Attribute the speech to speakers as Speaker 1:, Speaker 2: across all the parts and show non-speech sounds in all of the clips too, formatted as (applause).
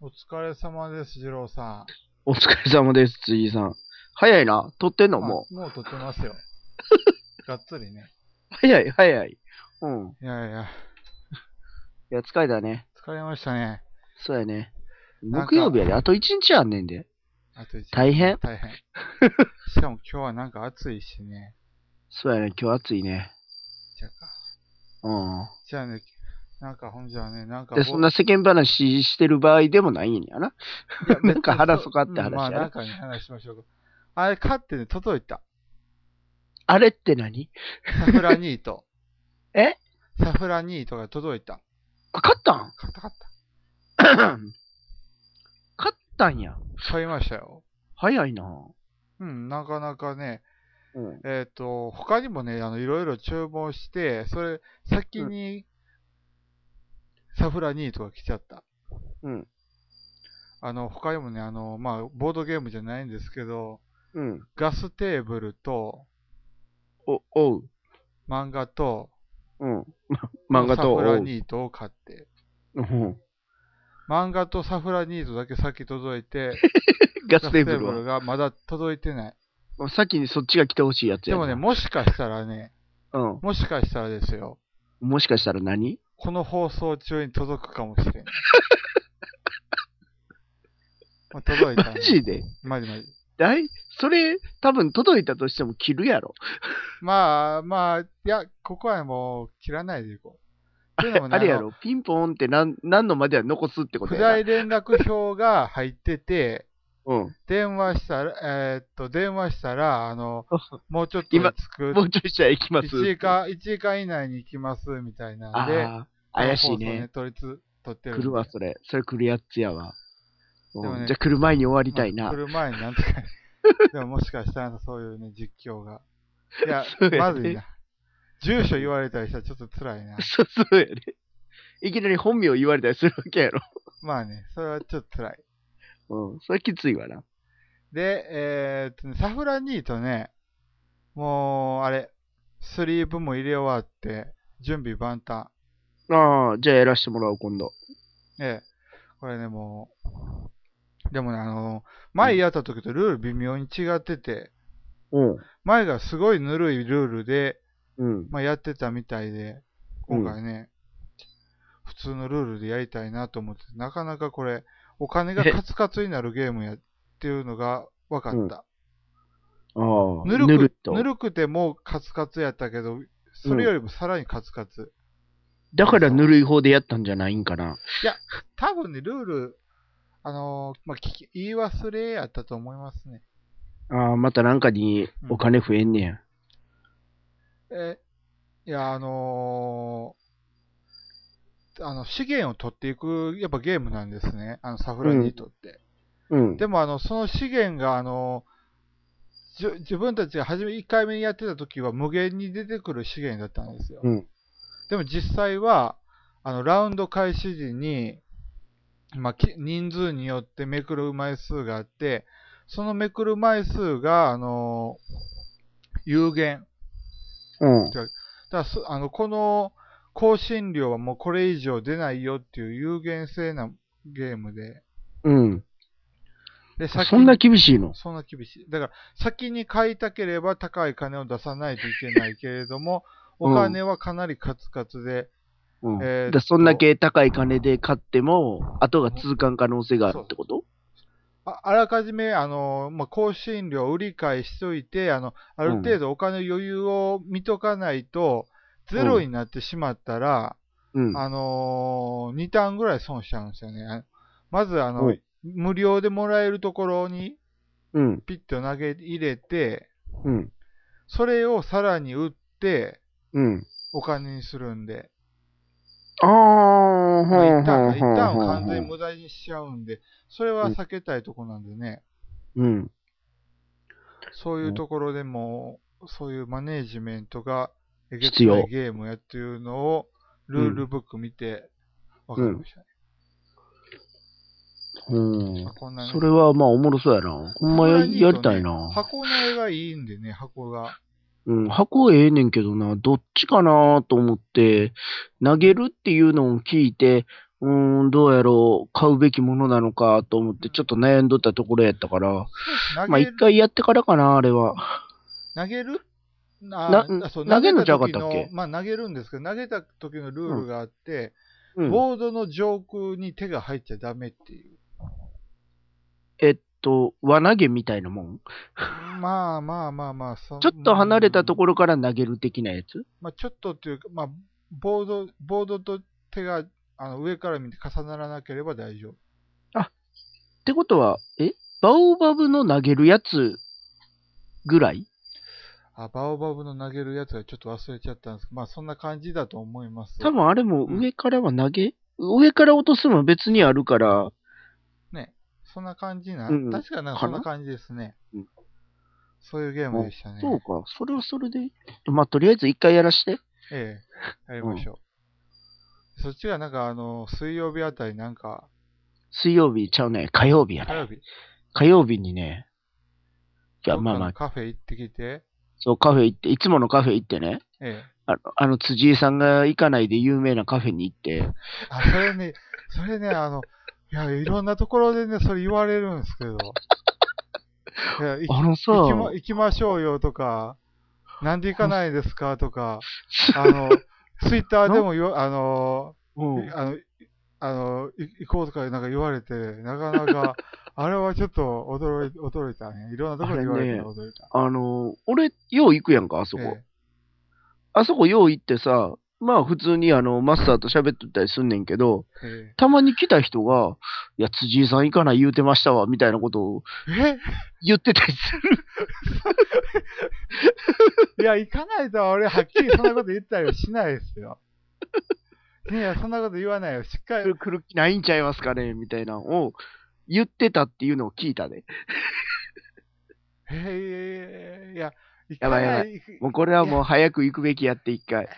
Speaker 1: 疲れ様です、次郎さん。
Speaker 2: お疲れ様です、辻井さん。早いな。撮ってんの
Speaker 1: あ
Speaker 2: も
Speaker 1: もう撮ってます
Speaker 2: (laughs)
Speaker 1: よ。がっつりね。
Speaker 2: う。早い、早い。うん。
Speaker 1: いやいや、
Speaker 2: いや、疲れたね。
Speaker 1: 疲れましたね。
Speaker 2: そうやね。
Speaker 1: なんか
Speaker 2: 木曜日やで。あと一日あんねんで。
Speaker 1: あと一日
Speaker 2: 大変 (laughs)
Speaker 1: 大変。しかも今日はなんか暑いしね。
Speaker 2: そうやね。今日暑いね。
Speaker 1: じゃあか。
Speaker 2: うん。
Speaker 1: じゃあね、なんかほんじゃあね、なんか
Speaker 2: で、
Speaker 1: ぼ
Speaker 2: そんな世間話してる場合でもないんやな。
Speaker 1: いや別に
Speaker 2: なんか話そうかって話や
Speaker 1: うんまあなんかね、話しましょうか。あれ、買ってね、届いた。
Speaker 2: あれって何
Speaker 1: サフラニート。
Speaker 2: (laughs) え
Speaker 1: サフラニートが届いた。
Speaker 2: あ、勝ったん
Speaker 1: 買った買った。
Speaker 2: 勝ったんや。
Speaker 1: 買いましたよ。
Speaker 2: 早いな。
Speaker 1: うん、なかなかね、
Speaker 2: うん。
Speaker 1: えっ、と、他にもね、あの、いろいろ注文して、それ、先に、サフラニートが来ちゃった。
Speaker 2: うん。
Speaker 1: あの、他にもね、あの、まあ、ボードゲームじゃないんですけど、
Speaker 2: うん。
Speaker 1: ガステーブルと、
Speaker 2: お、おう。
Speaker 1: 漫画と、
Speaker 2: うん。 (laughs) ま漫画と、
Speaker 1: サフラ
Speaker 2: おう。
Speaker 1: ニートを買って。
Speaker 2: うん
Speaker 1: 漫画とサフラニートだけ先届いて、
Speaker 2: (laughs) ガ
Speaker 1: ガ
Speaker 2: ス
Speaker 1: ス
Speaker 2: テ
Speaker 1: テ
Speaker 2: ー
Speaker 1: ー
Speaker 2: ブ
Speaker 1: ブ
Speaker 2: ル
Speaker 1: ル
Speaker 2: は。
Speaker 1: がまだ届いてない。
Speaker 2: 先にそっちが来てほしいやつ
Speaker 1: で
Speaker 2: やな。
Speaker 1: もね、もしかしたらね、
Speaker 2: うん。
Speaker 1: もしかしたらですよ、
Speaker 2: もしかしたら何
Speaker 1: この放送中に届くかもし
Speaker 2: (laughs)
Speaker 1: れない。まあ届いた
Speaker 2: マ
Speaker 1: んで
Speaker 2: ジで
Speaker 1: マジマジ。
Speaker 2: だいそれ、多分届いたとしても着るやろ。
Speaker 1: まあまあ、いや、ここはもう切らないでいこう。っていうのもね
Speaker 2: (laughs) あれや
Speaker 1: あの
Speaker 2: ろ。ピンポンって何何のまでは残すってこと
Speaker 1: 不
Speaker 2: やな
Speaker 1: 在連絡票が入ってて、
Speaker 2: うん。
Speaker 1: 電話したら、えーっと、電話したら、あの、もうちょっと着
Speaker 2: 今
Speaker 1: く、
Speaker 2: もうちょいしたら行きます。
Speaker 1: 1時間、一時間以内に行きます、みたいなんで、
Speaker 2: ああ、怪しい
Speaker 1: この放送
Speaker 2: ね。
Speaker 1: 取りつ、取ってるん
Speaker 2: 来
Speaker 1: で。
Speaker 2: るわ、それ。それ来るやつやわ。
Speaker 1: でも
Speaker 2: う
Speaker 1: ね
Speaker 2: んじゃあ来る前に終わりたい
Speaker 1: まあ来。
Speaker 2: な
Speaker 1: る前になんとか。でももしかしたらそういうね、実況が。いや
Speaker 2: そうや、ね。
Speaker 1: まずいな。住所言われたりしたらちょっと辛いな
Speaker 2: (laughs) そうそうやね。いきなり本名言われたりするわけやろ。
Speaker 1: まあね、それはちょっと辛い。
Speaker 2: うん。それきついわな。
Speaker 1: で、えーっとね、サフラニーとね、もう、あれ、スリーブも入れ終わって、準備万端。
Speaker 2: ああ、じゃあやらしてもらおう、今度。
Speaker 1: ええ。これね、もう、でもね、あの、前やった時とルール微妙に違ってて、
Speaker 2: うん。
Speaker 1: 前がすごいぬるいルールで、
Speaker 2: うん。
Speaker 1: まあ、やってたみたいで、今回ね、普通のルールでやりたいなと思って、なかなかこれ、お金がカツカツになるゲームやっていうのが分かった。
Speaker 2: ああ。
Speaker 1: ぬる
Speaker 2: ぬるっ
Speaker 1: く
Speaker 2: と
Speaker 1: ぬ。るくてもカツカツやったけど、それよりもさらにカツカツ。
Speaker 2: だからぬるい方でやったんじゃないんかな。
Speaker 1: 多分ね、ルール、あのーまあ、聞き言い忘れやったと思いますね。
Speaker 2: ああ、またなんかにお金増えんねや。
Speaker 1: え、いや、あのーあの資源を取っていく、やっぱゲームなんですね。あの、サフラニートって。
Speaker 2: うん。
Speaker 1: でも、あの、その資源が、あの、じゅ自分たちが初め、1回目にやってた時は無限に出てくる資源だったんですよ。
Speaker 2: うん
Speaker 1: でも実際は、あの、ラウンド開始時に、まあ、き人数によってめくる枚数があって、そのめくる枚数が、あの、有限。
Speaker 2: うん。
Speaker 1: だからそあの、この更新量はもうこれ以上出ないよっていう有限性なゲームで。
Speaker 2: うん。
Speaker 1: で、
Speaker 2: そん
Speaker 1: に
Speaker 2: な厳しいの
Speaker 1: そんな厳しい。だから、先に買いたければ高い金を出さないといけないけれども、
Speaker 2: うん
Speaker 1: お金はかなりカツカツで、
Speaker 2: うん。
Speaker 1: えーっと
Speaker 2: だそんだけ高い金で買っても、後が続かん可能性があるってこと
Speaker 1: ああらかじめ、あの、まあ、更新料を売り買いしといて、あの、ある程度お金の余裕を見とかないと、ゼロになってしまったら、
Speaker 2: うん。
Speaker 1: あのー、2ターンぐらい損しちゃうんですよね。あのまず、あの、
Speaker 2: はい
Speaker 1: 無料でもらえるところに
Speaker 2: うん。
Speaker 1: ピッと投げ入れて、
Speaker 2: うん。
Speaker 1: それをさらに売って、
Speaker 2: うん。
Speaker 1: お金にするんで、
Speaker 2: ああ、ほん
Speaker 1: まあ、一旦
Speaker 2: ほん
Speaker 1: 一
Speaker 2: ほん
Speaker 1: 旦を
Speaker 2: ほ
Speaker 1: 完
Speaker 2: ん
Speaker 1: 全に無駄にしちゃうんで、それは避けたいとこなんでね、
Speaker 2: うん。
Speaker 1: そういうところでも、そういうマネージメントがえげつ
Speaker 2: 必
Speaker 1: ない
Speaker 2: 要
Speaker 1: ゲームやっていうのを、ルールブック見て分かりましたね。
Speaker 2: うん
Speaker 1: まあ、。こんなね
Speaker 2: それはまあおもろそうやな。ほんまややりたいな。
Speaker 1: 箱の絵がいいんでね、箱が。
Speaker 2: うん。箱ええねんけどな、どっちかなと思って、投げるっていうのを聞いて、うーん、どうやろう、買うべきものなのかと思って、ちょっと悩んどったところやったから、
Speaker 1: 投
Speaker 2: まあ
Speaker 1: げ
Speaker 2: 一
Speaker 1: る、
Speaker 2: 回やってからかな、あれは。
Speaker 1: 投げる
Speaker 2: な
Speaker 1: あーそう
Speaker 2: 投げるのちゃうかったっけ
Speaker 1: 投げ時のまあ投げるんですけど、投げた時のルールがあって、
Speaker 2: うん、
Speaker 1: ボードの上空に手が入っちゃダメっていう。
Speaker 2: えっと、輪投げみたいなもん。
Speaker 1: まあまあまあまあ、そん
Speaker 2: ちょっと離れたところから投げる的なやつ
Speaker 1: まあ、ちょっとっていうか、まあ、ボード、ボードと手があの上から見て重ならなければ大丈夫。
Speaker 2: ってことは、えバオバブの投げるやつぐらい
Speaker 1: あ、バオバブの投げるやつがちょっと忘れちゃったんですけど、まあそんな感じだと思います。
Speaker 2: 多分あれも上からは投げ、上から落とすのは別にあるから、
Speaker 1: ね、そんな感じな、
Speaker 2: うん
Speaker 1: 確かなんか
Speaker 2: か
Speaker 1: そん
Speaker 2: な
Speaker 1: な感じですね。
Speaker 2: うん
Speaker 1: そういうゲームでしたね。
Speaker 2: そうか、それはそれでいい。まあ、とりあえず一回やらして。
Speaker 1: ええ、やりましょう。そっちがなんかあの、水曜日あたりなんか、
Speaker 2: 水曜日ちゃうね、火曜日や
Speaker 1: 火曜
Speaker 2: ね。
Speaker 1: 日、
Speaker 2: 火曜日にね、い
Speaker 1: ど
Speaker 2: や、
Speaker 1: っか
Speaker 2: まあま
Speaker 1: の
Speaker 2: あ、
Speaker 1: カフェ行ってきて、
Speaker 2: そう、カフェ行って、いつものカフェ行ってね、
Speaker 1: ええ、
Speaker 2: あの、あの辻井さんが行かないで有名なカフェに行って、
Speaker 1: あ、それね、 (laughs) それね、あの、いや、いろんなところでね、それ言われるんですけど。いや、い
Speaker 2: あのさ、
Speaker 1: 行きま行きましょうよとか、なんで行かないですかと
Speaker 2: (laughs)
Speaker 1: か、あの、ツイッターでもよ、あの、
Speaker 2: うん、
Speaker 1: あの、いあの、い行こうとかなんか言われて、なかな
Speaker 2: (laughs)
Speaker 1: か、あれはちょっと驚い驚いたね。いろんなところで言われて
Speaker 2: あれね
Speaker 1: 驚いた。
Speaker 2: あの、俺、よう行くやんか、あそこ。
Speaker 1: え
Speaker 2: あそこよう行ってさ、まあ普通にあの、マスターと喋っとったりすんねんけど、
Speaker 1: ええ
Speaker 2: たまに来た人が、いや、辻井さん行かない言うてましたわ、みたいなことを
Speaker 1: え
Speaker 2: 言ってたりす
Speaker 1: い
Speaker 2: る。
Speaker 1: や、行かないとは俺はっきりそんなこと言ったりはしないですよ。ねえ、そんなこと言わないよ。しっかり
Speaker 2: 来る、 (laughs) 来る気ないんちゃいますかね、みたいなのを言ってたっていうのを聞いたで。
Speaker 1: へえ、いや、行
Speaker 2: やばいやばい
Speaker 1: い。行く
Speaker 2: もうこれはもう早く行くべきやって、一 (laughs) 回。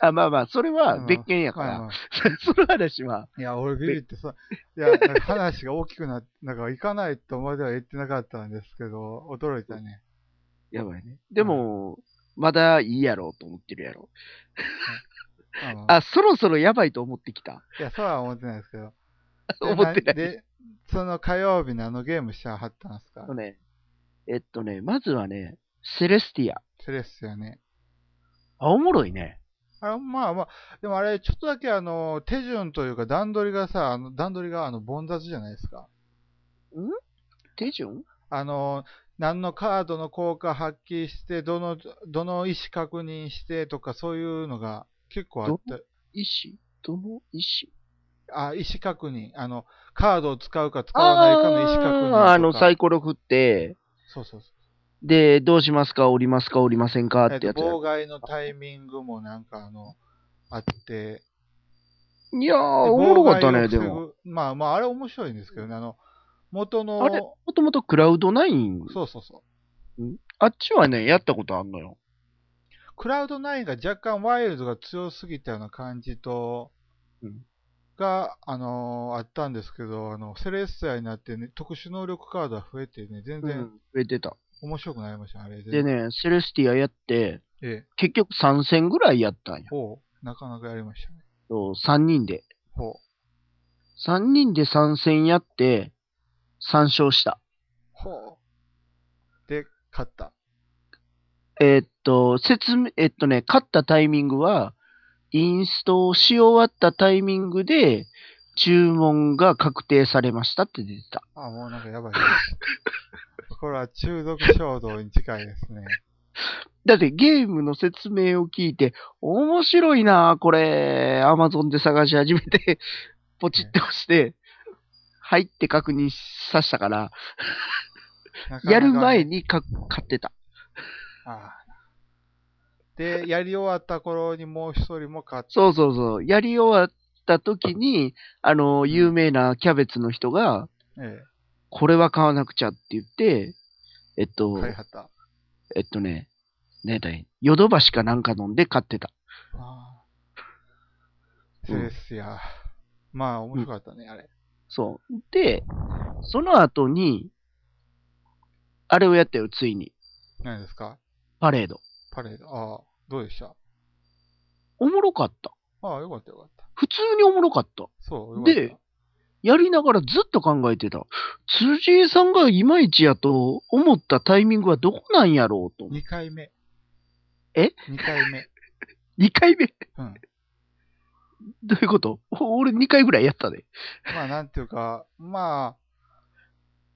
Speaker 2: あ、まあまあ、それは別件やか
Speaker 1: うん
Speaker 2: ら。 (laughs) その話は、
Speaker 1: いや、俺ビビってさ、いや、なんか話が大きくなって、なんか行かないとまでは言ってなかったんですけど、驚いたね。
Speaker 2: やばいね。でも、まだいいやろうと思ってるやろ。
Speaker 1: うん
Speaker 2: あ、そろそろやばいと思ってきた。
Speaker 1: いや、そうは思ってないですけど。
Speaker 2: 思ってな
Speaker 1: (laughs)
Speaker 2: い。
Speaker 1: で、その火曜日のあのゲームしはったんですか
Speaker 2: あのね、えっとね、まずはね、セレスティア。
Speaker 1: セレスよね。
Speaker 2: あ、おもろいね。
Speaker 1: あれ、まあまあ、でもあれ、ちょっとだけあの、手順というか段取りがさ、あの段取りがあの、煩雑じゃないですか。
Speaker 2: 手順
Speaker 1: あの、何のカードの効果発揮して、どの、どの石確認してとか、そういうのが結構あった。
Speaker 2: 石どの石
Speaker 1: あ、石確認。あの、カードを使うか使わないかの石確認と
Speaker 2: あー
Speaker 1: か。
Speaker 2: あの、サイコロ振って、
Speaker 1: そうそうそう。
Speaker 2: で、どうしますか降りますか降りませんか
Speaker 1: え
Speaker 2: っ
Speaker 1: ってと、
Speaker 2: やつ。
Speaker 1: 妨害のタイミングもなんかあの、あって。
Speaker 2: いやー、
Speaker 1: で
Speaker 2: おもろかったね、
Speaker 1: 妨害
Speaker 2: で
Speaker 1: を防ぐ
Speaker 2: も。
Speaker 1: まあまあ、あれ面白いんですけどね。あの、元の
Speaker 2: あれ、もともとクラウドナイン、
Speaker 1: そうそうそう。
Speaker 2: あっちはね、やったことあんのよ。
Speaker 1: クラウド9が若干ワイルドが強すぎたような感じと、
Speaker 2: うん
Speaker 1: が、あのーあったんですけど、あの、セレッサになってね、特殊能力カードが増えてね、全
Speaker 2: う
Speaker 1: 然
Speaker 2: ん、増えてた。
Speaker 1: 面白くなりました、あれ
Speaker 2: で。ね、セレスティアやって、
Speaker 1: ええ。
Speaker 2: 結局3戦ぐらいやったんや。
Speaker 1: ほう、なかなかやりましたね。
Speaker 2: 3人で。
Speaker 1: ほう。
Speaker 2: 3人で3戦やって、3勝した。
Speaker 1: ほう。で、勝った。
Speaker 2: えーっと、説明、えっとね、勝ったタイミングは、インストをし終わったタイミングで、注文が確定されましたって出てた。
Speaker 1: あ、もうなんかやばい (laughs) です。これは中毒衝動に近いですね。
Speaker 2: だってゲームの説明を聞いて、面白いなあこれ、アマゾンで探し始めて、 (laughs) ポチって押して、入って確認させたから、
Speaker 1: なかなか
Speaker 2: やる前にか買ってた。
Speaker 1: ああで、やり終わった頃にもう一人も勝った。
Speaker 2: そうそうそう。やり終わった時に、あの、有名なキャベツの人が、
Speaker 1: え
Speaker 2: これは買わなくちゃって言って、えっと、
Speaker 1: え、買いはった。
Speaker 2: えっとね、ねだい、ヨドバシかなんか飲んで買ってた。
Speaker 1: ああ。
Speaker 2: うん
Speaker 1: セレスや。まあ、面白かったね、あれ。
Speaker 2: そう。で、その後に、あれをやったよ、ついに。
Speaker 1: 何ですか
Speaker 2: パレード。
Speaker 1: パレード。ああ、どうでした
Speaker 2: おもろかった。
Speaker 1: ああ、よかったよかった。
Speaker 2: 普通におもろかった。
Speaker 1: そう。
Speaker 2: で
Speaker 1: よかっ
Speaker 2: やりながらずっと考えてた。辻井さんがいまいちやと思ったタイミングはどこなんやろうと
Speaker 1: た、。2回目。
Speaker 2: え
Speaker 1: ?2 回目。 (laughs)
Speaker 2: 2回目
Speaker 1: うん。
Speaker 2: どういうことお俺2回ぐらいやったで。
Speaker 1: まあ、なんていうか、ま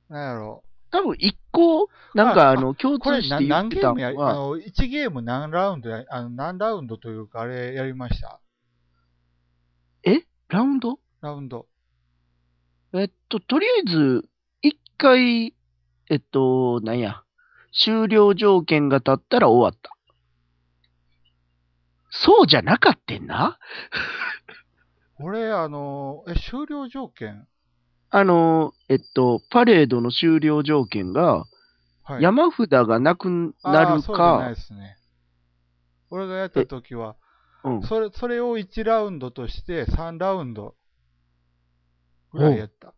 Speaker 1: あ、なんやろ
Speaker 2: 多分1個、なんか
Speaker 1: あ
Speaker 2: あの、共
Speaker 1: う。こ
Speaker 2: 通
Speaker 1: れ
Speaker 2: し
Speaker 1: 何
Speaker 2: て言っ
Speaker 1: 何
Speaker 2: て
Speaker 1: ゲ
Speaker 2: た
Speaker 1: ームや、あ
Speaker 2: のは、
Speaker 1: の、1ゲーム何ラウンドや、あの何ラウンドというか、あれやりました
Speaker 2: ラウンド
Speaker 1: ラウンド。
Speaker 2: えっと、とりあえず、1回、えっと、なんや、終了条件が立ったら終わった。そうじゃなかったんな
Speaker 1: 俺、あの、え、終了条件
Speaker 2: あの、えっと、パレードの終了条件が、
Speaker 1: はい。
Speaker 2: 山札がなくな
Speaker 1: あー
Speaker 2: る
Speaker 1: そうじゃな
Speaker 2: か
Speaker 1: い、ですね。俺がやった時は、
Speaker 2: うん、
Speaker 1: それ、それを1ラウンドとして3ラウンドぐらいやった。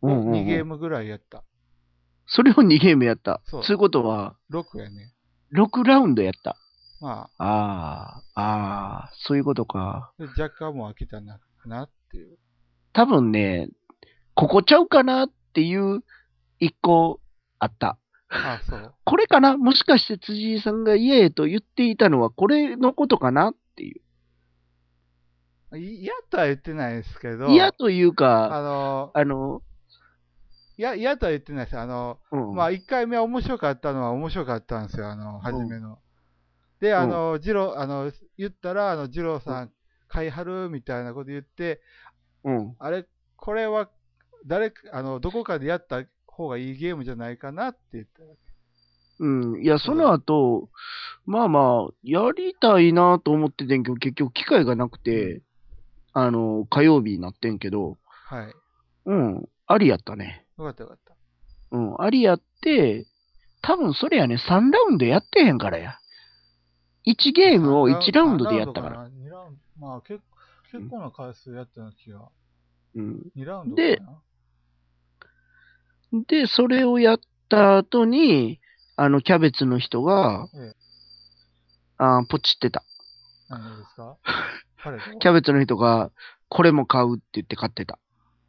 Speaker 2: うんうんう
Speaker 1: 2ゲー
Speaker 2: ん
Speaker 1: ムぐらいやった。
Speaker 2: それを2ゲームやった。
Speaker 1: そう
Speaker 2: そういうことは、
Speaker 1: 6やね。
Speaker 2: 6ラウンドやった。
Speaker 1: ま
Speaker 2: ああ、ああ、そういうことか。
Speaker 1: あ、で若干もう飽きたな、かなっていう。
Speaker 2: 多分ね、ここちゃうかなっていう1個あった。
Speaker 1: あそう。
Speaker 2: これかなもしかして辻井さんがイエーと言っていたのはこれのことかなっていう。
Speaker 1: 嫌とは言ってないですけど、
Speaker 2: 嫌というか、
Speaker 1: あの、
Speaker 2: あの、
Speaker 1: いや嫌とは言ってないです。あの、
Speaker 2: うん、
Speaker 1: まあ、1回目は面白かったのは面白かったんですよ、あの、初めの。で、
Speaker 2: ん
Speaker 1: あの、ジロー、あの、言ったら、あの、ジローさん、買いはるみたいなこと言って、
Speaker 2: うん、
Speaker 1: あれ、これは、誰か、あの、どこかでやった方がいいゲームじゃないかなって言ったら。
Speaker 2: うん。いや、その後、まあまあ、やりたいなと思っててんけど、結局機会がなくて、あの、火曜日になってんけど、
Speaker 1: はい。よ
Speaker 2: うん、ありやったね。
Speaker 1: かったよかった。
Speaker 2: うん、ありやって、多分それやね、3ラウンドやってへんからや。1ゲームを1ラウンドでやったか
Speaker 1: 3
Speaker 2: ら。
Speaker 1: ラウンドな。2ラウンド。まあ、結構、結構な回数やったような気が。
Speaker 2: うん。
Speaker 1: 2ラウンドかな。
Speaker 2: で、それをやった後に、あの、キャベツの人が、
Speaker 1: ええ
Speaker 2: あーポチってた。
Speaker 1: 何です
Speaker 2: (laughs)
Speaker 1: か彼と
Speaker 2: キャベツの人が、これも買うって言って買ってた。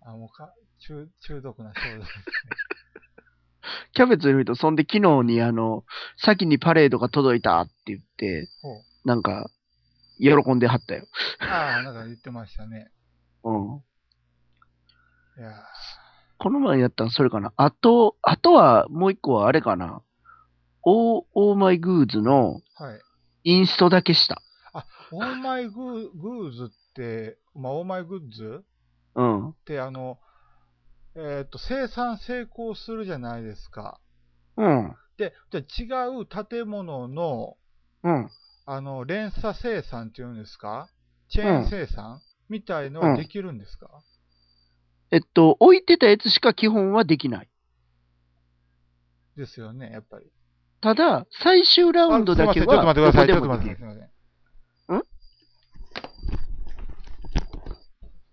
Speaker 1: あ、もうか、中、中毒な少女ですね。
Speaker 2: キャベツの人、そんで昨日にあの、先にパレードが届いたって言って、
Speaker 1: ほう。
Speaker 2: なんか、喜んではったよ。
Speaker 1: ああ、なんか言ってましたね。
Speaker 2: うん。
Speaker 1: いやー
Speaker 2: この前やったのそれかな。あと、あとは、もう一個はあれかな。オー、オーマイグーズの
Speaker 1: はい。
Speaker 2: インストだけした。
Speaker 1: オーマイグーグーズって、まあ、オーマイグッズ
Speaker 2: うん。
Speaker 1: って、あの、えっ、と、生産成功するじゃないですか。
Speaker 2: うん。
Speaker 1: で、じゃあ違う建物の、
Speaker 2: うん。
Speaker 1: あの、連鎖生産っていうんですかチェーン生産、みたいのはできるんですか、
Speaker 2: えっと、置いてたやつしか基本はできない。
Speaker 1: ですよね、やっぱり。
Speaker 2: ただ、最終ラウンドだけは、
Speaker 1: あすいませんちょっと待ってください。ちょ
Speaker 2: ど
Speaker 1: っ
Speaker 2: ことでも
Speaker 1: 待っ
Speaker 2: で
Speaker 1: て
Speaker 2: き
Speaker 1: くだ
Speaker 2: る
Speaker 1: さい。すいません。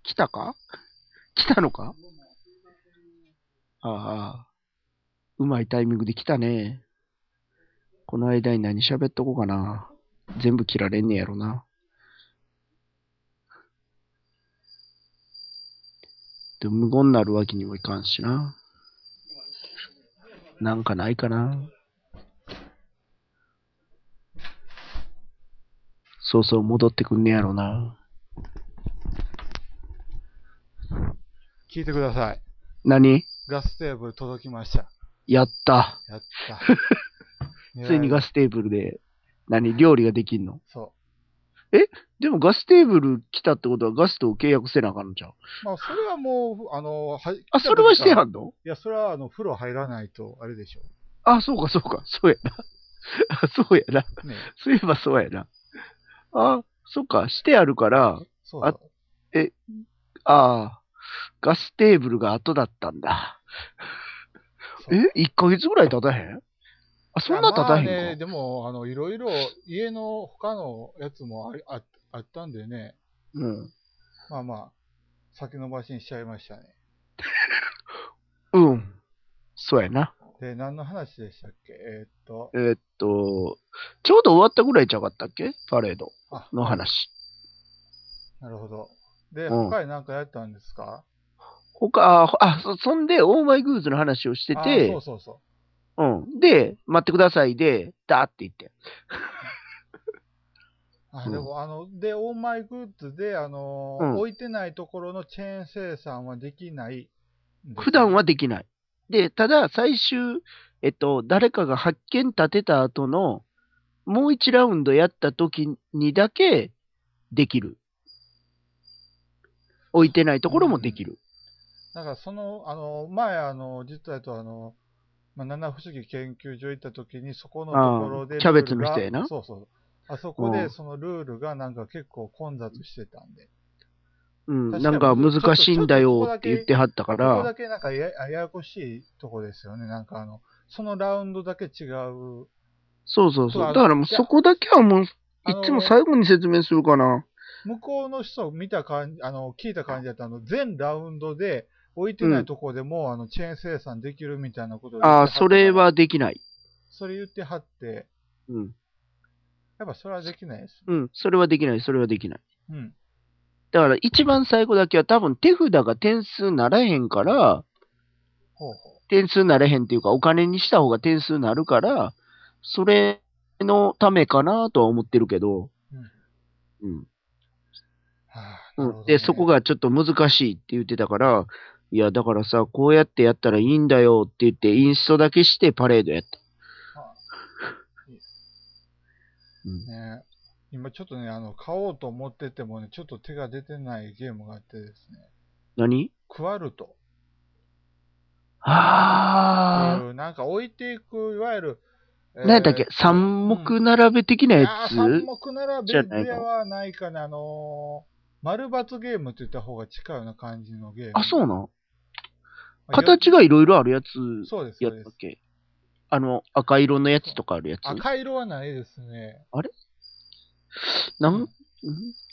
Speaker 2: 来たか来たのかああ、うまいタイミングで来たね。この間に何喋っとこうかな。全部切られんねやろな。でも無言になるわけにもいかんしな。なんかないかな。そうそう、戻ってくんねやろな。
Speaker 1: 聞いてください。
Speaker 2: 何
Speaker 1: ガステーブル届きました。
Speaker 2: やった。
Speaker 1: やった。
Speaker 2: (laughs) ついにガ
Speaker 1: ス。
Speaker 2: ステーブルで、何料理ができんの
Speaker 1: そ
Speaker 2: でもガステーブル来たってことはガスと契約せなあかんのじゃん。
Speaker 1: う。まあ、それはもう、あの、は
Speaker 2: あ、それはして
Speaker 1: ん
Speaker 2: はんの
Speaker 1: いや、それは、あの、風呂入らないと、あれでしょ。
Speaker 2: あ、そうか、そうか。そうやな。あそうやな。 (laughs)
Speaker 1: ね
Speaker 2: そういえばそうやな。あ、そっか。してあるから、
Speaker 1: そうだ。
Speaker 2: ああ、ガステーブルが後だったんだ。
Speaker 1: そう
Speaker 2: え ?1 ヶ月ぐらい経たへんあ、そんな経たへん
Speaker 1: い
Speaker 2: か。
Speaker 1: やまあね、でも、あの、いろいろ、家の他のやつもありああったんでね、
Speaker 2: うん。
Speaker 1: まあまあ、先延ばしにしちゃいましたね。
Speaker 2: うん。そうやな。
Speaker 1: で、何の話でしたっけえーっと
Speaker 2: え、ーっと、ちょうど終わったぐらいちゃうかったっけパレード
Speaker 1: あ
Speaker 2: の話。
Speaker 1: なるほど。で、
Speaker 2: うん
Speaker 1: 他に何かやったんですか
Speaker 2: 他、ああ、そそんで、オーマイグーズの話をして
Speaker 1: あ
Speaker 2: て、
Speaker 1: そうそうそ
Speaker 2: うん。で、待ってくださいで、だーって言って。
Speaker 1: う。あ、
Speaker 2: うん
Speaker 1: でも、あの、で、オーマイグッズで、あのー
Speaker 2: うん
Speaker 1: 置いてないところのチェーン生産はできないんですね。
Speaker 2: 普段はできない。で、ただ、最終、えっと、誰かが発見立てた後の、もう1ラウンドやった時にだけ、できる。置いてないところもできる。
Speaker 1: なんかその、あの、前、あの、実はと、あの、まあ、七不思議研究所行った時に、そこのところ
Speaker 2: あ
Speaker 1: で、
Speaker 2: ーキャベツの人やな
Speaker 1: ルールがそうそう。あそこ
Speaker 2: う
Speaker 1: で、
Speaker 2: ん
Speaker 1: そのルールがなんか結構混雑してたんで。
Speaker 2: うん、
Speaker 1: 確か
Speaker 2: な
Speaker 1: に
Speaker 2: んか難しいんだよって言ってはったか
Speaker 1: ここ
Speaker 2: ら
Speaker 1: だ、けなんかやややこしいとこですよね。なんかあの、そのラウンドだけ違う。
Speaker 2: そうそうそう。
Speaker 1: あ
Speaker 2: だからもうそこだけはもう、い
Speaker 1: あの
Speaker 2: つも最後に説明するかな。
Speaker 1: 向こうの人見た感じ、あの、聞いた感じだったあの、全ラウンドで、置いてないとこでも、あの、チェーン生産できるみたいなことを言って
Speaker 2: あ
Speaker 1: は
Speaker 2: あ、
Speaker 1: った
Speaker 2: それ。はできない。
Speaker 1: それ言ってはって、
Speaker 2: うん。
Speaker 1: やっぱそれはできないです。
Speaker 2: うん、それはできない、それはできない。
Speaker 1: うん。
Speaker 2: だから一番最後だけは多分手札が点数ならへんから、
Speaker 1: ほうほう。
Speaker 2: 点数なれへんっていうか、お金にした方が点数なるから、それのためかなとは思ってるけど、うん。
Speaker 1: はあ
Speaker 2: う
Speaker 1: なんるほどね
Speaker 2: で、そこがちょっと難しいって言ってたから、いや、だからさ、こうやってやったらいいんだよって言って、インストだけしてパレードやった。うん
Speaker 1: ね、今ちょっとね、あの、買おうと思っててもね、ちょっと手が出てないゲームがあってですね、
Speaker 2: 何
Speaker 1: クワルトって
Speaker 2: あ
Speaker 1: いう、なんか置いていく、いわゆる、え
Speaker 2: あ、何やったっけ三目並べ的なやつ、
Speaker 1: あー三目並
Speaker 2: じゃ
Speaker 1: べ
Speaker 2: ない
Speaker 1: で
Speaker 2: か
Speaker 1: はないかな、あのー、丸×ゲームって言った方が近いような感じのゲーム。
Speaker 2: あ、そうなん
Speaker 1: まあ
Speaker 2: 形がいろいろあるやつ
Speaker 1: よそうです、そ
Speaker 2: や
Speaker 1: う
Speaker 2: っ
Speaker 1: で
Speaker 2: たっ
Speaker 1: す。
Speaker 2: けあの、赤色のやつとかあるやつ
Speaker 1: 赤色はないですね。
Speaker 2: なん、ん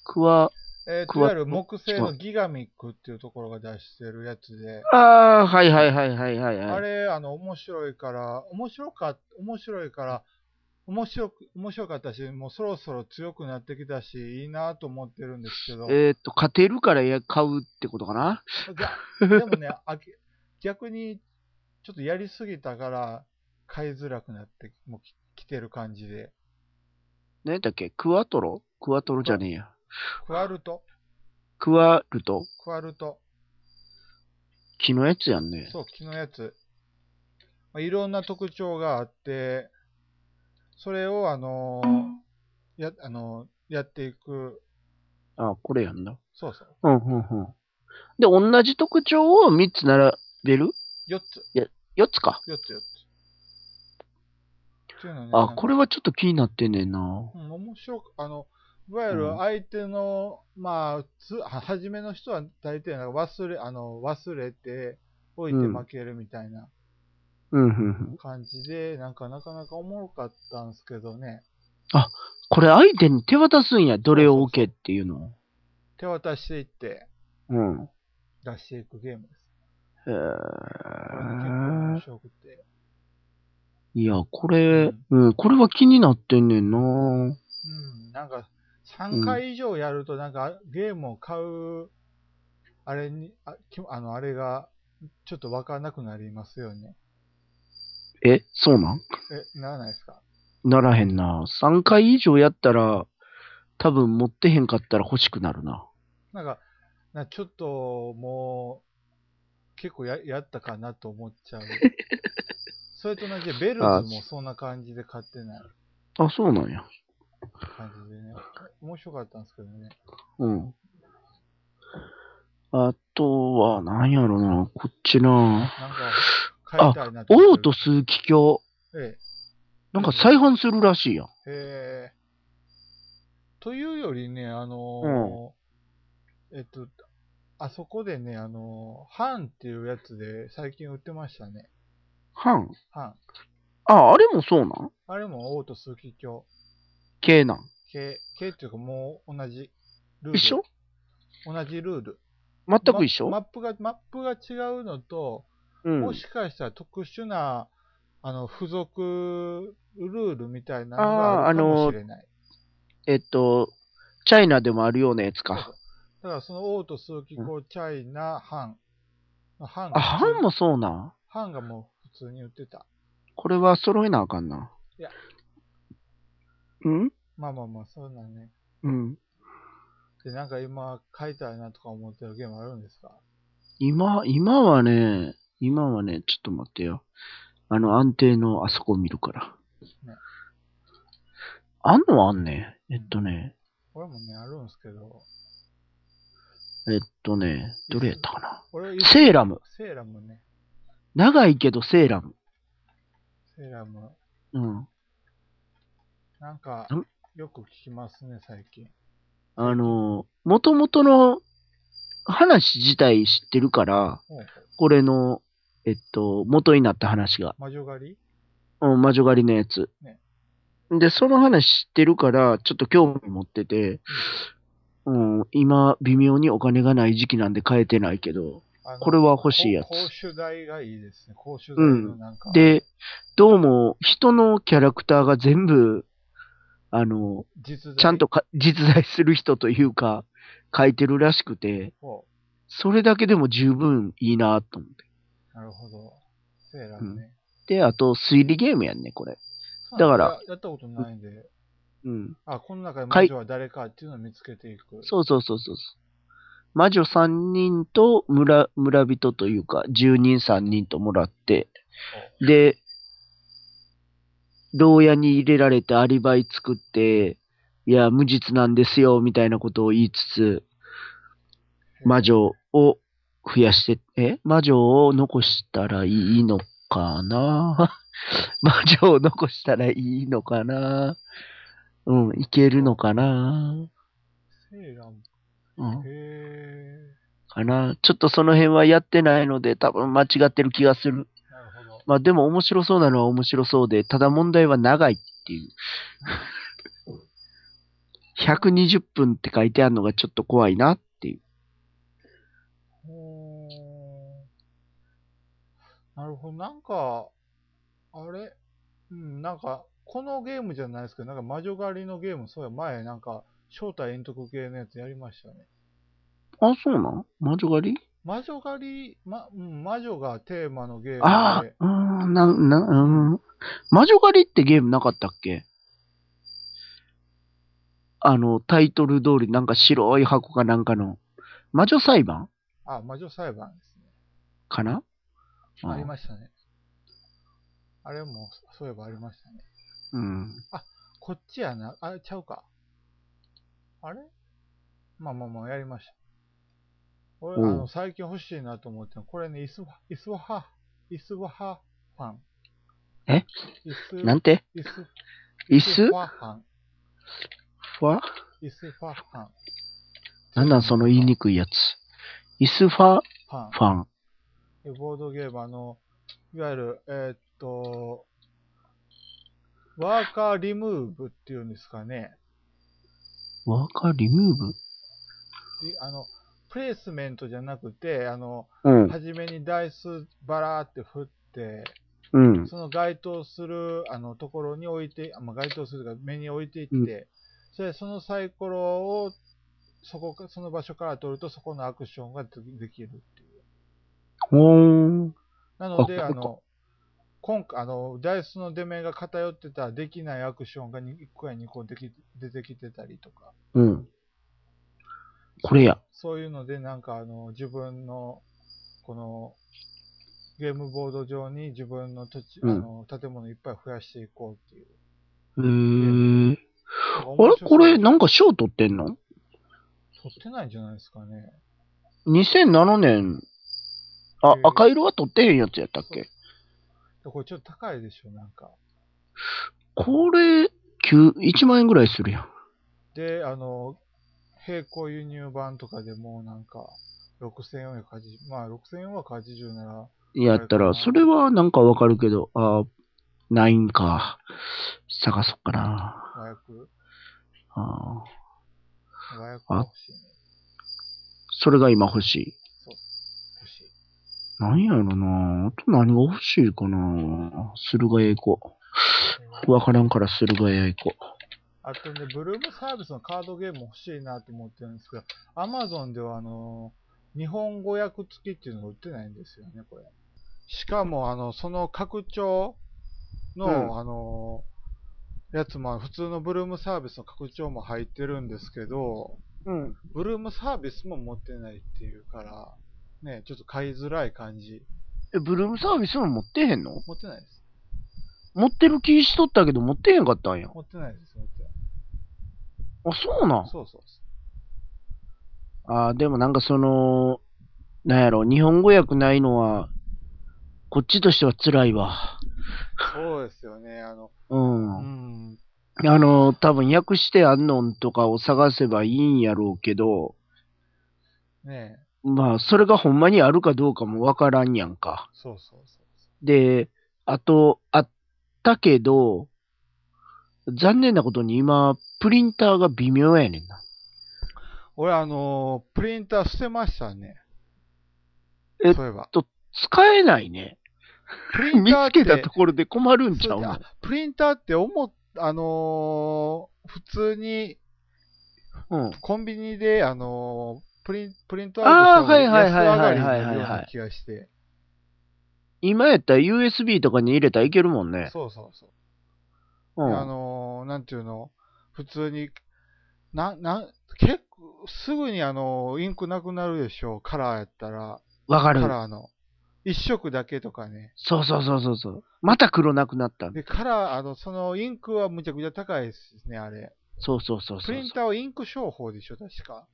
Speaker 2: クワ、
Speaker 1: えー、
Speaker 2: ク
Speaker 1: いわ
Speaker 2: ワ
Speaker 1: ゆる木製のギガミックっていうところが出してるやつで、
Speaker 2: ああー、はいはいはいはいはいはい。
Speaker 1: あれ、あの、面白いから、面白か、面白いから、面白く、面白かったし、もうそろそろ強くなってきたし、いいなと思ってるんですけど、
Speaker 2: えーっと、勝てるからや買うってことかな
Speaker 1: ででもね、あき逆に、ちょっとやりすぎたから、買いづらくなって、もうき来てる感じで。
Speaker 2: 何やったっけクワトロクワトロじゃねえや。
Speaker 1: クワルト
Speaker 2: クワルト
Speaker 1: クワルト。
Speaker 2: 木のやつやんね。
Speaker 1: そう、木のやつ。まあ、いろんな特徴があって、それを、あのーや、あのーやっていく。
Speaker 2: あこれやんな。
Speaker 1: そうそう。
Speaker 2: うんうんうん。で、同じ特徴を3つ並べる
Speaker 1: 4つ。
Speaker 2: ?4 つか。
Speaker 1: 4つ4つ。っていうのね、
Speaker 2: あ、こ
Speaker 1: れ、
Speaker 2: れはちょっと気になってんねんな。
Speaker 1: うん、面白く、あの、いわゆる
Speaker 2: うん
Speaker 1: 相手の、まあ、つ、は初めの人は大抵なんか忘れ、あの、忘れて、置いて
Speaker 2: うん
Speaker 1: 負けるみたいな
Speaker 2: うんうんうん。
Speaker 1: 感じで、なんかなかなかおもろかったんですけどね、
Speaker 2: これ相手に手渡すんや。どれを置けっていうのを。
Speaker 1: 手渡していって
Speaker 2: うん。
Speaker 1: 出していくゲームです。こ
Speaker 2: へ
Speaker 1: れね結構
Speaker 2: ー
Speaker 1: 面白くて。
Speaker 2: いや、これ、うん、これは気になってんねんな。
Speaker 1: うん、なんか、3回以上やると、なんか、ゲームを買う、あれに、あ、きあの、あれが、ちょっとわからなくなりますよね。
Speaker 2: え、そうなん
Speaker 1: え、ならないですか
Speaker 2: ならへんな。3回以上やったら、多分持ってへんかったら欲しくなるな。
Speaker 1: なんか、なちょっともう、結構ややったかなと思っ
Speaker 2: (laughs)
Speaker 1: ちゃう。それと同じで、ベルズ
Speaker 2: あ
Speaker 1: もそんな感じで買ってない
Speaker 2: あ、そうなんや。
Speaker 1: 感じでね。面白かったんですけどね。
Speaker 2: うん。あとは、なんやろな。こっちな。
Speaker 1: なんか、買いたいなと思
Speaker 2: 王
Speaker 1: って
Speaker 2: と数奇鏡。
Speaker 1: る。え
Speaker 2: なんか再販するらしいやん。
Speaker 1: ええーというよりね、あのーえっと、あそこでね、あのーハンっていうやつで最近売ってましたね。
Speaker 2: 販
Speaker 1: ハン。
Speaker 2: あ、あれもそうなん
Speaker 1: あれも王と数奇鏡。
Speaker 2: 系なん。
Speaker 1: 系、系っていうかもう同じルール。
Speaker 2: 一緒
Speaker 1: 同じルール。
Speaker 2: 全く一緒、
Speaker 1: ママップが、マップが違うのと、
Speaker 2: うん。
Speaker 1: もしかしたら特殊な、あの、付属ルールみたいなの
Speaker 2: あー
Speaker 1: があるか
Speaker 2: あ
Speaker 1: も
Speaker 2: の
Speaker 1: しれない。
Speaker 2: えっと、チャイナでもあるようなやつ
Speaker 1: そう
Speaker 2: か。
Speaker 1: だからその王と数奇こうチャイナ、ハン。ハン
Speaker 2: あ、ハンもそうなん
Speaker 1: ハンがもう普通に売ってた。
Speaker 2: これは揃えなあかんな。
Speaker 1: いや。
Speaker 2: うん
Speaker 1: まあまあまあ、そうなんね。
Speaker 2: うん。
Speaker 1: で、なんか今、買いたいなとか思ってるゲームあるんですか
Speaker 2: 今、今はね、今はね、ちょっと待ってよ。あの安定のあそこを見るから
Speaker 1: ね。
Speaker 2: あんのはあんね。えっとね、
Speaker 1: 俺もね、あるんですけど、
Speaker 2: えっとね、どれやったかな。
Speaker 1: 俺は
Speaker 2: セーラム。
Speaker 1: セーラムね、
Speaker 2: 長いけどセーラム。
Speaker 1: セーラム。
Speaker 2: うん。
Speaker 1: なんか
Speaker 2: ん、
Speaker 1: よく聞きますね、最近。
Speaker 2: あの、元々の話自体知ってるから、
Speaker 1: ほうほう
Speaker 2: これの、えっと、元になった話が。
Speaker 1: 魔女狩り
Speaker 2: うん、魔女狩りのやつ。
Speaker 1: ね
Speaker 2: で、その話知ってるから、ちょっと興味持ってて、うん、今、微妙にお金がない時期なんで買えてないけど、
Speaker 1: あの
Speaker 2: これは欲しいやつ
Speaker 1: こう公主代がいいですね。公主代
Speaker 2: うん
Speaker 1: のなんか、
Speaker 2: で、どうも、人のキャラクターが全部、あの、
Speaker 1: 実在
Speaker 2: ちゃんとか実在する人というか、書いてるらしくて、
Speaker 1: ほ
Speaker 2: それだけでも十分いいなと思って。
Speaker 1: うなるほど。セーラムね。
Speaker 2: で、あと、推理ゲームやんね、これ。
Speaker 1: そうなん
Speaker 2: だか
Speaker 1: い
Speaker 2: ら
Speaker 1: ややったことないんで、
Speaker 2: うん。
Speaker 1: あ、この中で
Speaker 2: か
Speaker 1: 魔
Speaker 2: い
Speaker 1: 女は誰かっていうのを見つけていく。
Speaker 2: そうそうそうそうそう。魔女3人と村、村人というか、住人3人ともらって、で、牢屋に入れられてアリバイ作って、いや、無実なんですよ、みたいなことを言いつつ、魔女を増やして、え魔女を残したらいいのかな (laughs) 魔女を残したらいいのかなうん、いけるのかな
Speaker 1: セーラム。
Speaker 2: うん。
Speaker 1: へ
Speaker 2: かな。ちょっとその辺はやってないので、多分間違ってる気がする。
Speaker 1: ーなるほど。
Speaker 2: まあでも面白そうなのは面白そうで、ただ問題は長いっていう。120分って書いてあるのがちょっと怖いなっていう。
Speaker 1: ほーなるほど。なんか、あれうん、なんか、このゲームじゃないですけど、なんか魔女狩りのゲーム、そうや、前、なんか、正体隠匿系のやつやりましたね。
Speaker 2: あ、そうなん魔女狩り
Speaker 1: 魔女狩り、ま、うん魔女がテーマのゲームで、
Speaker 2: ああ、うーん、なん、な、うーん。魔女狩りってゲームなかったっけあの、タイトル通りなんか白い箱かなんかの、魔女裁判
Speaker 1: あ、魔女裁判ですね。
Speaker 2: かな
Speaker 1: あり
Speaker 2: ま
Speaker 1: ましたね。あれも、そういえばありましたね。
Speaker 2: うん。
Speaker 1: こっちやな、あれちゃうか。あれまあまあまあ、やりました。俺、
Speaker 2: うん
Speaker 1: あの、最近欲しいなと思ってるこれね、イスワ、イスワハ、イスワハファン。
Speaker 2: え
Speaker 1: イス、
Speaker 2: なんて
Speaker 1: イス、
Speaker 2: 椅子
Speaker 1: ファファン。
Speaker 2: は
Speaker 1: イスファファン。
Speaker 2: なんなんその言いにくいやつ。イスファ
Speaker 1: ファン
Speaker 2: フ。ァン。
Speaker 1: でボードゲーム、あの、いわゆる、えーっと、ワーカーリムーブっていうんですかね。
Speaker 2: ワーカーリムーブ
Speaker 1: であの、プレイスメントじゃなくて、あの、
Speaker 2: うん。
Speaker 1: 初めにダイスバラーって振って、
Speaker 2: うん。
Speaker 1: その該当する、あの、ところに置いて、あまあ、該当するというか、目に置いていって、
Speaker 2: うん
Speaker 1: それでそのサイコロを、そこか、その場所から取ると、そこのアクションがでできるっていう。
Speaker 2: ほーん。
Speaker 1: なので、
Speaker 2: あ
Speaker 1: あの、今回、あの、ダイスの出目が偏ってたらできないアクションが1個や2個でき出てきてたりとか、
Speaker 2: うん。これや。
Speaker 1: そういうので、なんか、あの、自分の、この、ゲームボード上に自分の土地、
Speaker 2: うん
Speaker 1: あの、建物いっぱい増やしていこうっていう。
Speaker 2: へー。
Speaker 1: あ
Speaker 2: あれこれ、
Speaker 1: 取
Speaker 2: なんか賞取ってんの
Speaker 1: ってないんじゃないですかね。
Speaker 2: ?2007 年。あ
Speaker 1: へ、ー
Speaker 2: 赤色は取ってへんやつやったっけ
Speaker 1: これちょっと高いでしょ、なんか。
Speaker 2: これ、9、1万円ぐらいするやん。
Speaker 1: で、あの、並行輸入版とかでもうなんか、6480、まあ6480なら、
Speaker 2: やったら、それはなんかわかるけど、あー、ないんか。探そっかな。
Speaker 1: 和訳、
Speaker 2: あー
Speaker 1: 和訳が欲しいね。
Speaker 2: それが今欲しい。
Speaker 1: 欲しい。
Speaker 2: 何やろなあと何が欲しいかな駿河屋行こう。わからんから駿河屋行こう。
Speaker 1: あとね、ブルームサービスのカードゲーム欲しいなと思ってるんですけど、アマゾンではあのー、日本語訳付きっていうのが売ってないんですよね、これ。しかも、あの、その拡張の、
Speaker 2: うん
Speaker 1: あのー、やつも、普通のブルームサービスの拡張も入ってるんですけど、
Speaker 2: うん。
Speaker 1: ブルームサービスも持ってないっていうから、ね、ちょっと買いづらい感じ。
Speaker 2: え、ブルームサービスも持ってへんの
Speaker 1: 持ってないです。
Speaker 2: 持ってる気しとったけど持ってへんかったんや。あ、
Speaker 1: 持ってないです、持ってない。
Speaker 2: そうなん
Speaker 1: そうそうそ
Speaker 2: あーでもなんかその、なんやろ、日本語訳ないのは、こっちとしては辛いわ。
Speaker 1: う。そうですよね、あの、
Speaker 2: う。
Speaker 1: うんん、
Speaker 2: あの、多分訳してあんのんとかを探せばいいんやろうけど、
Speaker 1: ねえ
Speaker 2: まあ、それがほんまにあるかどうかもわからんやんか。
Speaker 1: そうそうそうそ
Speaker 2: で、あと、あったけど、残念なことに今、プリンターが微妙やねんな。
Speaker 1: う。俺、あのープリンター捨てましたね。
Speaker 2: え
Speaker 1: そういえば。
Speaker 2: 使えないね。
Speaker 1: プリン
Speaker 2: 見
Speaker 1: ターっ
Speaker 2: つ
Speaker 1: て
Speaker 2: けたところで困るんちゃう
Speaker 1: そうだ
Speaker 2: の
Speaker 1: プリンターって思っ、あのー普通に
Speaker 2: うん。
Speaker 1: コンビニで、あのープリン、プリント
Speaker 2: あー
Speaker 1: アウトした
Speaker 2: はいはい
Speaker 1: 方が
Speaker 2: は
Speaker 1: 安上が
Speaker 2: いは
Speaker 1: り
Speaker 2: い
Speaker 1: に
Speaker 2: は
Speaker 1: ない
Speaker 2: はい
Speaker 1: るような気がして。
Speaker 2: 今やったら USB とかに入れたらいけるもんね。
Speaker 1: そうそうそう。
Speaker 2: う
Speaker 1: あ
Speaker 2: ん。
Speaker 1: のーなんていうの、普通に、な、なん、結構、すぐにあのーインクなくなるでしょう、カラーやったら。
Speaker 2: わか
Speaker 1: カ
Speaker 2: る。
Speaker 1: ラーの。一色だけとかね。
Speaker 2: そうそうそうそうそう。また黒なくなった。
Speaker 1: で、カラー、あの、そのインクはむちゃくちゃ高いですね、あれ。
Speaker 2: そうそうそうそうそう。
Speaker 1: プリンターはインク商法でしょ、確か。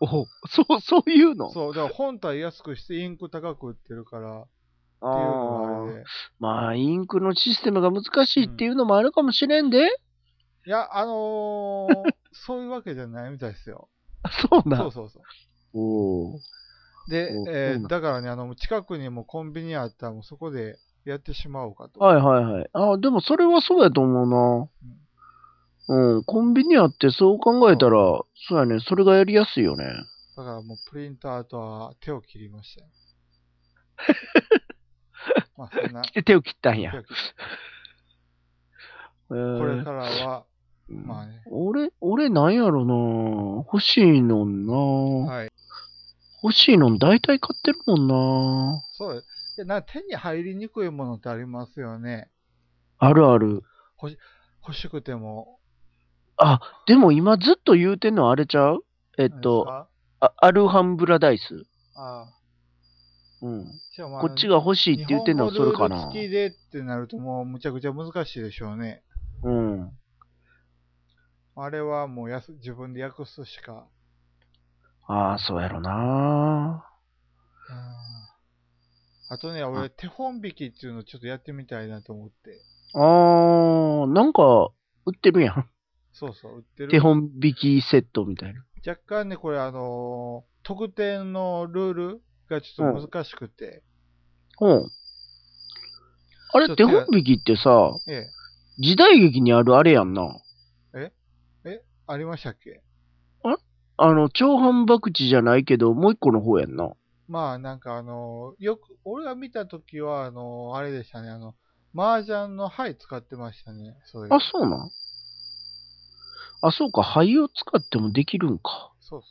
Speaker 2: おそう、そういうの
Speaker 1: そう、だから本体安くしてインク高く売ってるから、っていうの
Speaker 2: あ
Speaker 1: があ
Speaker 2: ー
Speaker 1: れで。
Speaker 2: まあ、インクのシステムが難しいっていうのもあるかもしれんで。
Speaker 1: いや、あの
Speaker 2: (laughs)
Speaker 1: ーそういうわけじゃないみたいですよ。
Speaker 2: あ (laughs) そうな
Speaker 1: そ
Speaker 2: ん
Speaker 1: う。そうそう。
Speaker 2: おー
Speaker 1: で
Speaker 2: お、
Speaker 1: えー
Speaker 2: そうなん
Speaker 1: だからね、あの、近くにもコンビニあったら、もうそこでやってしまおうかと。
Speaker 2: はいはいはい。あでもそれはそうやと思うな。うん、コンビニあってそう考えたら、そうやね、それがやりやすいよね。
Speaker 1: だからもうプリンターとは手を切りま
Speaker 2: (laughs)
Speaker 1: したよ。まあ、そんな、
Speaker 2: で手を切ったん
Speaker 1: 手
Speaker 2: や。
Speaker 1: を切っ
Speaker 2: こ
Speaker 1: これからは、まあね。
Speaker 2: 俺、俺なんやろな欲しいのんな、
Speaker 1: はい。
Speaker 2: 欲しいのん大体買ってるもんな
Speaker 1: そうです。いやなんか手に入りにくいものってありますよね。
Speaker 2: あるある。
Speaker 1: 欲しくても。
Speaker 2: あ、でも今ずっと言うてんのあれちゃうえっと、
Speaker 1: 何で
Speaker 2: あアルハンブラダイス。
Speaker 1: すか、ああ
Speaker 2: うん。
Speaker 1: しかもあ
Speaker 2: こ
Speaker 1: の
Speaker 2: っちが欲しいって言ってんのはそれか
Speaker 1: 日本
Speaker 2: な
Speaker 1: 語ルール付きでってなるともうむちゃくちゃ難しいでしょうね。
Speaker 2: うん。
Speaker 1: あれはもうやす自分で訳すしか。
Speaker 2: ああ、そうやろな
Speaker 1: あとね、俺、手本引きっていうのちょっとやってみたいなと思って。
Speaker 2: あー、なんか、売ってる
Speaker 1: (laughs)
Speaker 2: やん。
Speaker 1: そうそう、売ってる。
Speaker 2: 手本引きセットみたいな。
Speaker 1: 若干ね、これあのー特典のルールがちょっと難しくて。
Speaker 2: うん。あ
Speaker 1: ちょ
Speaker 2: れ、
Speaker 1: っと
Speaker 2: 手
Speaker 1: や
Speaker 2: 本引きってさ、
Speaker 1: ええ。
Speaker 2: 時代劇にあるあれやんな。
Speaker 1: ありましたっけ
Speaker 2: あの、長反博打じゃないけど、もう一個の方やんな。
Speaker 1: まあ、なんかあのーよく、俺が見たときは、あのーあれでしたね、あの、麻雀の牌使ってましたね。そういう
Speaker 2: あ、。そうなんあ、そうか。灰を使ってもできるんか。
Speaker 1: そう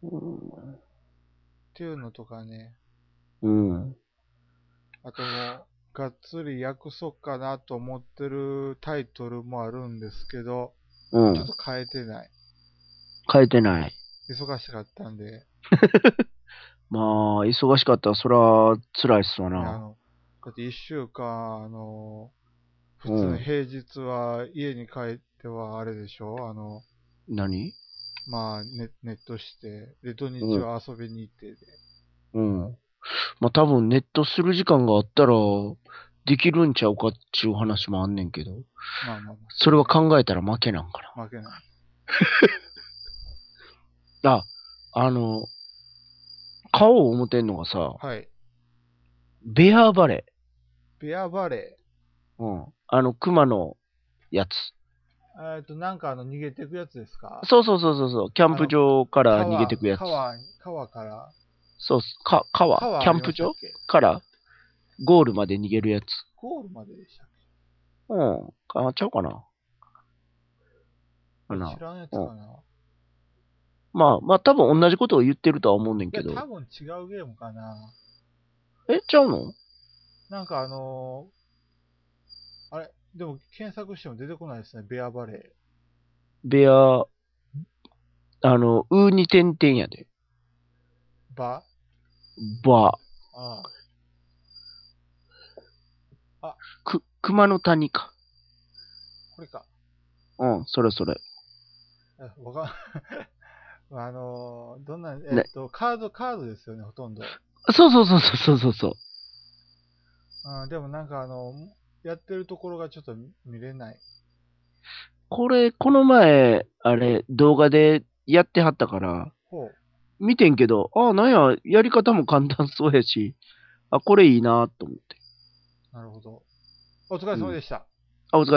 Speaker 1: そう。
Speaker 2: うん。
Speaker 1: っていうのとかね。
Speaker 2: うん、
Speaker 1: あともう、がっつり訳そうかなと思ってるタイトルもあるんですけど、
Speaker 2: う
Speaker 1: ちょっ
Speaker 2: ん。
Speaker 1: と変えてない。
Speaker 2: 変えてない。
Speaker 1: 忙しかったんで、
Speaker 2: まあ、忙しかったら、そら、辛いっすわ
Speaker 1: あ
Speaker 2: な。
Speaker 1: の、だって一週間、あの、普通の平日は家に帰ってはあれでしょあの、
Speaker 2: 何
Speaker 1: まあネ、ネットして、で、土日は遊びに行ってで、
Speaker 2: うん。まあ、多分、ネットする時間があったら、できるんちゃうかっちゅう話もあんねんけど、
Speaker 1: まあまあ
Speaker 2: それは考えたら負けなんかな。
Speaker 1: まあ、負けない。
Speaker 2: あ、あの、買おう思てんのがさ、
Speaker 1: はい。
Speaker 2: ベアバレ
Speaker 1: ビアバレ
Speaker 2: ー。うん。あの、熊のやつ。
Speaker 1: ー。えっと、なんかあの、逃げていくやつですか
Speaker 2: そうそうそうそうそう。キャンプ場から逃げてくやつ。
Speaker 1: 川、川川から。
Speaker 2: そうっす。か、川。
Speaker 1: 川
Speaker 2: キャン
Speaker 1: あり
Speaker 2: プ場
Speaker 1: ましたっけ
Speaker 2: からゴールまで逃げるやつ。
Speaker 1: ゴールまででしたっけ
Speaker 2: ううん。変わっちゃうかな。かな
Speaker 1: 知。らんやつかな。
Speaker 2: まあ、まあ多分同じことを言ってるとは思うねん
Speaker 1: い
Speaker 2: け
Speaker 1: や、
Speaker 2: ど。
Speaker 1: 多分違うゲームかな。
Speaker 2: え、ちゃうの
Speaker 1: なんかあのーあれ、でも検索しても出てこないですね、ベアバレー。
Speaker 2: ベア、あの、うに点々やで。
Speaker 1: バ
Speaker 2: ば、
Speaker 1: ああ
Speaker 2: く、熊の谷か。
Speaker 1: これか。
Speaker 2: うん、それそれ。
Speaker 1: えわかん (laughs) あのーどんな、え
Speaker 2: ね
Speaker 1: っと、カード、カードですよね、ほとんど。
Speaker 2: そうそうそうそうそうそう。
Speaker 1: うん、でもなんかあの、やってるところがちょっと見れない。
Speaker 2: これ、この前、あれ、動画でやってはったから、
Speaker 1: ほう。
Speaker 2: 見てんけど、ああ、なんや、やり方も簡単そうやし、あ、これいいなと思って。
Speaker 1: なるほど。お疲れ様でした。
Speaker 2: あ、お疲れ